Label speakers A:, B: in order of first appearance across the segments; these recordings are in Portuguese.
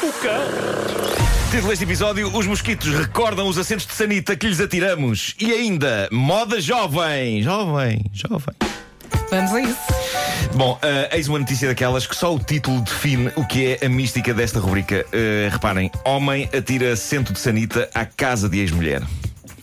A: boca.
B: Título deste episódio: Os mosquitos recordam os assentos de sanita que lhes atiramos. E ainda, moda jovem. Jovem, jovem.
C: Vamos a isso.
B: Bom, eh, eis uma notícia daquelas que só o título define o que é a mística desta rubrica. Eh, reparem: Homem atira assento de sanita à casa de ex-mulher.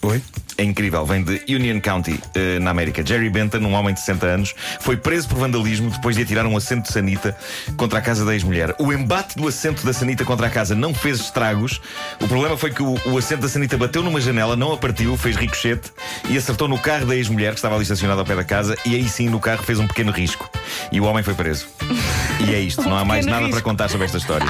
D: Oi?
B: É incrível, vem de Union County, eh, na América. Jerry Benton, um homem de 60 anos, foi preso por vandalismo depois de atirar um assento de sanita contra a casa da ex-mulher. O embate do assento da sanita contra a casa não fez estragos. O problema foi que o, o assento da sanita bateu numa janela, não a partiu, fez ricochete e acertou no carro da ex-mulher, que estava ali estacionada ao pé da casa, e aí sim no carro fez um pequeno risco. E o homem foi preso. E é isto, não há mais
C: Um pequeno
B: nada para
C: risco.
B: contar sobre esta história.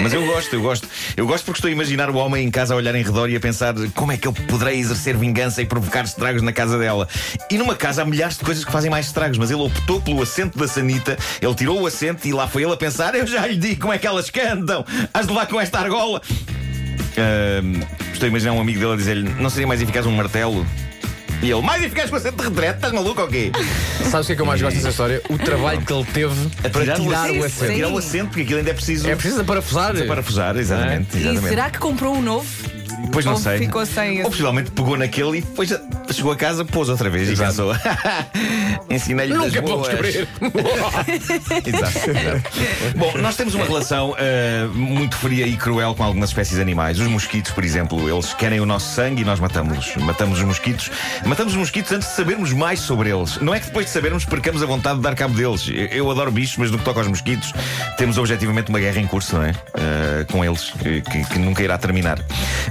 B: Mas eu gosto, eu gosto. Eu gosto porque estou a imaginar o homem em casa a olhar em redor e a pensar como é que eu poderei exercer vingança e provocar estragos na casa dela. E numa casa há milhares de coisas que fazem mais estragos, mas ele optou pelo assento da Sanita, ele tirou o assento e lá foi ele a pensar: eu já lhe digo como é que elas cantam, has de levar com esta argola. Ahm, estou a imaginar um amigo dele a dizer-lhe: não seria mais eficaz um martelo? E ele, mais eficaz com assento de retrete, estás maluco ou quê?
D: Sabes o que é que eu mais gosto dessa história? O trabalho que ele teve para tirar o
B: A tirar
D: assento.
B: o assento, porque aquilo ainda é preciso.
D: É preciso parafusar. é?
B: para fusar, exatamente.
C: E
B: exatamente.
C: será que comprou um novo?
B: Pois não
C: Ou
B: sei.
C: ficou sem
B: Ou
C: esse?
B: possivelmente pegou naquele e depois chegou a casa, pôs outra vez e pensou. Ensinei-lhe das
D: Nunca vou
B: boas.
D: descobrir.
B: Exato, exato. Bom, nós temos uma relação eh, muito fria e cruel com algumas espécies de animais. Os mosquitos, por exemplo, eles querem o nosso sangue e nós matamos-los. Matamos os mosquitos. Matamos os mosquitos antes de sabermos mais sobre eles. Não é que depois de sabermos percamos a vontade de dar cabo deles. Eu, eu adoro bichos, mas no que toca aos mosquitos, temos objetivamente uma guerra em curso, não é? Eh, com eles, que, que- que nunca irá terminar.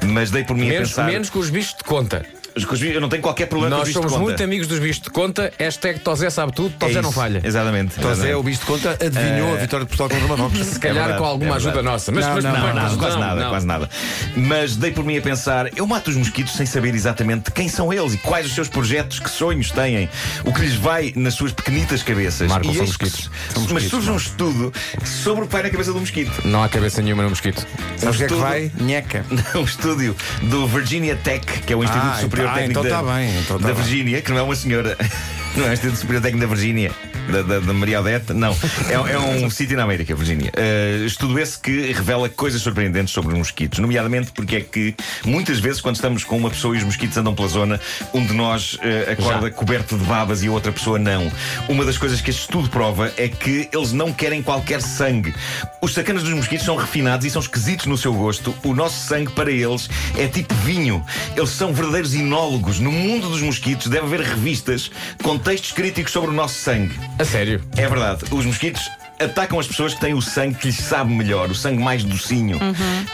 B: Mas dei por mim a
D: Menos,
B: pensar.
D: menos com os bichos de conta.
B: Os cuspi- Eu não tenho qualquer problema com
D: Nós
B: os bichos
D: somos
B: de conta.
D: muito amigos dos bichos de conta. Hashtag Tosé sabe tudo, Tosé
B: É
D: não
B: isso,
D: falha.
B: Exatamente.
D: Tosé
B: exatamente.
D: é
E: O bicho de conta adivinhou a vitória de Portugal contra Marrocos.
D: Se calhar
B: verdade,
D: com
B: é
D: alguma ajuda
B: verdade.
D: nossa. Mas,
E: Não,
D: mas
E: não,
D: mas-
B: Não,
D: mas-
B: quase nada,
D: não.
B: quase nada. Mas dei por mim a pensar, eu mato os mosquitos sem saber exatamente quem são eles e quais os seus projetos, que sonhos têm, o que lhes vai nas suas pequenitas cabeças.
D: Marco,
B: E
D: são
B: eis que-
D: mosquitos. é?
E: São
B: Mas
E: mosquitos,
B: surge um estudo sobre o que vai na cabeça do mosquito.
D: Não há cabeça nenhuma no mosquito.
E: Sabes o que é que
B: Tudo.
E: vai? Nheca.
B: um estúdio do Virginia Tech, que é o Instituto
E: Ah,
B: Superior
E: então- ah,
B: Técnico
E: então
B: da,
E: tá bem, então tá
B: da
E: bem.
B: Virgínia, que não é uma senhora. Não é o Instituto Superior Técnico da Virgínia, da, da, da Maria Odete, não. É, é um sítio na América, Virgínia. Eh, estudo esse que revela coisas surpreendentes sobre os mosquitos, nomeadamente porque é que muitas vezes, quando estamos com uma pessoa e os mosquitos andam pela zona, um de nós eh, acorda coberto de babas e a outra pessoa não. Uma das coisas que este estudo prova é que eles não querem qualquer sangue. Os sacanas dos mosquitos são refinados e são esquisitos no seu gosto. O nosso sangue para eles é tipo vinho. Eles são verdadeiros inólogos. No mundo dos mosquitos deve haver revistas com textos críticos sobre o nosso sangue.
D: A sério.
B: É verdade, os mosquitos atacam as pessoas que têm o sangue que lhes sabe melhor, o sangue mais docinho.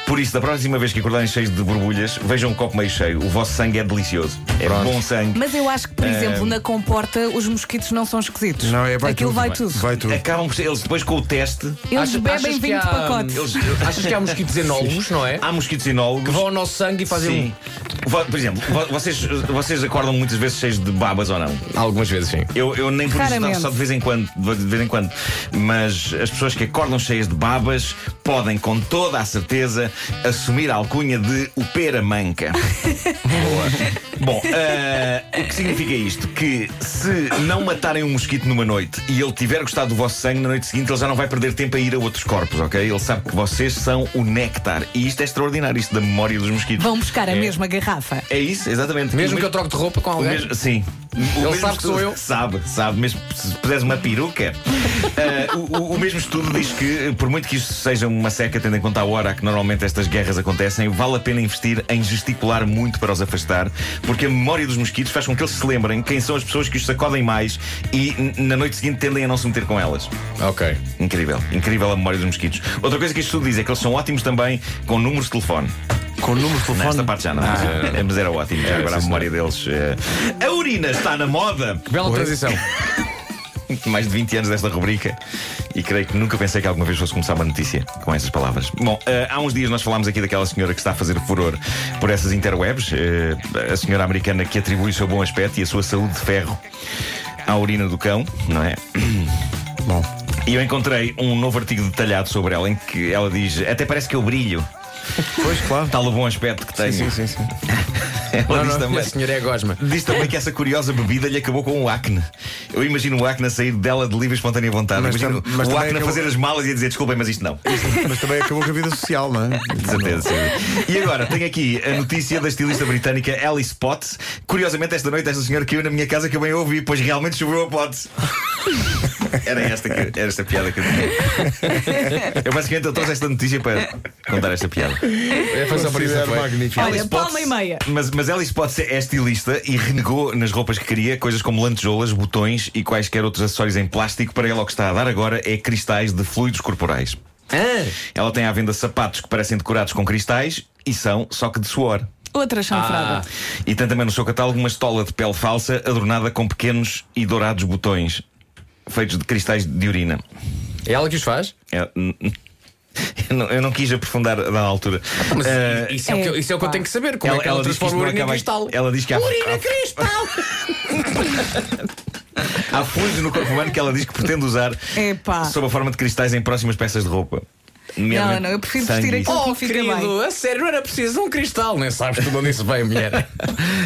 B: Por isso, da próxima vez que acordarem cheios de borbulhas, vejam o copo meio cheio. O vosso sangue é delicioso. É bom sangue.
C: Mas eu acho que, por exemplo, na comporta os mosquitos não são esquisitos.
E: Ehm. Não, é, vai
C: Aquilo
E: tudo,
C: vai tudo.
E: Vai tudo.
B: Acabam por ser, eles depois com o teste,
C: Eles
D: Acha- achas
C: bebem
D: que
C: vinho de
D: há- hum,
C: pacote.
B: eles,
D: Achas que há mosquitos enólogos, não é?
B: há mosquitos inólogos.
D: Que vão um- ao nosso sangue e fazem.
B: Sim. Vo- Por exemplo, vo- vocês, vocês acordam muitas vezes cheios de babas ou não?
D: um- Algumas vezes, sim.
B: Eu, eu nem por isso
C: Raramente.
B: não, só de vez em quando, de vez em quando. Mas as pessoas que acordam cheias de babas podem, com toda a certeza, assumir a alcunha de o pera manca. Boa. Bom, ah, o que significa isto? Que se não matarem um mosquito numa noite e ele tiver gostado do vosso sangue, na noite seguinte ele já não vai perder tempo a ir a outros corpos, ok? Ele sabe que vocês são o néctar. E isto é extraordinário, isto da memória dos mosquitos.
C: Vão buscar a mesma garrafa.
B: É isso, exatamente.
D: Mesmo
B: O
D: que eu troque de roupa com
B: o
D: alguém.
B: mesmo- sim. O mesmo
D: sabe que sou
B: estudo-
D: eu.
B: Sabe, sabe. Mesmo se puseres uma peruca. Ah, o- o, o mesmo estudo diz que, por muito que isto seja uma seca, tendo em conta a hora a que normalmente estas guerras acontecem, vale a pena investir em gesticular muito para os afastar, porque a memória dos mosquitos faz com que eles se lembrem quem são as pessoas que os sacodem mais e, n- na noite seguinte, tendem a não se meter com elas.
D: Ok.
B: Incrível. Incrível a memória dos mosquitos. Outra coisa que este estudo diz é que eles são ótimos também com números de telefone.
E: Com números de telefone.
B: Nesta parte já não. mas era ótimo. Já agora a memória deles. eh, A urina está na moda.
D: Que bela transição.
B: Mais de 20 anos desta rubrica. E creio que nunca pensei que alguma vez fosse começar uma notícia com essas palavras. Bom, eh, há uns dias nós falámos aqui daquela senhora que está a fazer furor por essas interwebs. eh, a senhora americana que atribui o seu bom aspecto e a sua saúde de ferro à urina do cão, não é?
E: Bom.
B: E eu encontrei um novo artigo detalhado sobre ela em que ela diz: Até parece que eu brilho.
E: Pois, claro.
B: Tal o bom aspecto que tenho.
E: Sim, sim, sim.
B: Ela
D: Não,
B: diz
D: não,
B: também.
D: a senhora é gosma.
B: Diz também que essa curiosa bebida lhe acabou com o acne. Eu imagino o acne a sair dela de livre e espontânea vontade.
E: Mas
B: imagino
E: tam- mas
B: o
E: também
B: acne a
E: acabou-
B: fazer as malas e a dizer desculpem, mas isto não.
E: Mas também acabou com a vida social, não é?
B: De certeza, sim. E agora, tenho aqui a notícia da estilista britânica Alice Potts. Curiosamente, esta noite, esta senhora caiu na minha casa que eu bem a ouvi, pois realmente choveu a Potts. Era esta, que- era esta piada que eu tinha. Eu basicamente eu trouxe esta notícia para contar esta piada.
D: É, foi só por isso. não foi?
C: Olha, palma e meia.
B: Mas, mas Alice Potts é estilista e renegou nas roupas que queria coisas como lantejoulas, botões e quaisquer outros acessórios em plástico. Para ela, o que está a dar agora é cristais de fluidos corporais.
D: É?
B: Ela tem à venda sapatos que parecem decorados com cristais e são só que de suor.
C: Outra
D: Ah,
C: chanfrada.
B: E tem também no seu catálogo uma estola de pele falsa adornada com pequenos e dourados botões feitos de cristais de urina.
D: É ela que os faz?
B: É, n- n- Eu não, eu não quis aprofundar na altura.
D: Mas
B: Eh,
D: isso, é o que, eu- isso é o que eu tenho que saber. Como é que ela,
B: diz que isto
D: transforma o
B: não
D: urina em
B: acaba-
D: cristal?
B: Ela diz que há,
D: Urina cristal!
B: há, há fluidos no corpo humano que ela diz que pretende usar
C: Epá.
B: sob a forma de cristais em próximas peças de roupa.
C: Não,
B: Nomeadamente
C: não, eu prefiro
B: sangue
C: vestir
B: e isso.
C: aquilo que
D: Oh,
C: me fica
D: querido,
C: bem.
D: a sério, não era preciso um cristal. Nem sabes tu de onde isso vem, mulher.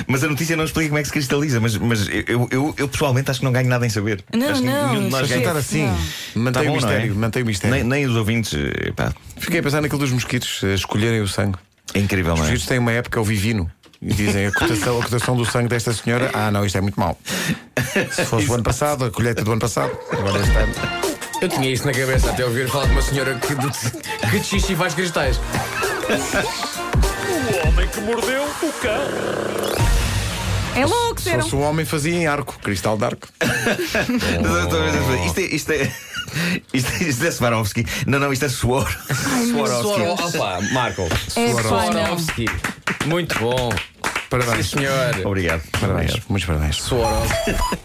B: Mas a notícia não explica como é que se cristaliza, mas, mas eu, eu- eu pessoalmente acho que não ganho nada em saber.
C: Não,
B: acho que
C: não,
B: nenhum de nós
C: mas
B: ganha.
E: Estar
C: Não.
E: assim,
B: Tá
E: mantém
B: bom,
E: o
B: não é?
E: mistério, mantém o mistério.
B: Nem, nem os ouvintes, eh, pá,
E: Fiquei a pensar naquilo dos mosquitos, eh, escolherem o sangue.
B: é incrível,
E: Os
B: não é?
E: mosquitos têm uma época, o vivino. E dizem a cotação, a cotação do sangue desta senhora. Ah, não, isto é muito mau. Se fosse o ano passado, a colheita do ano passado. Agora este ano.
D: Eu tinha isso na cabeça até ouvir falar de uma senhora que, de- que de xixi faz cristais.
A: O homem que mordeu o cão.
C: É louco,
E: Se
C: disseram.
E: fosse um homem, fazia em arco, cristal de arco.
B: Isto é. Isto é... Isto, isto é Swarovski. Não, não, isto é suor. Swarovski.
D: Soro- Opa, Marco.
C: É pá, não.
D: Swarovski. Muito bom. Sim,
E: Parabéns.
D: senhor.
B: Obrigado.
E: é Parabéns, muitos parabéns.
D: Swarovski.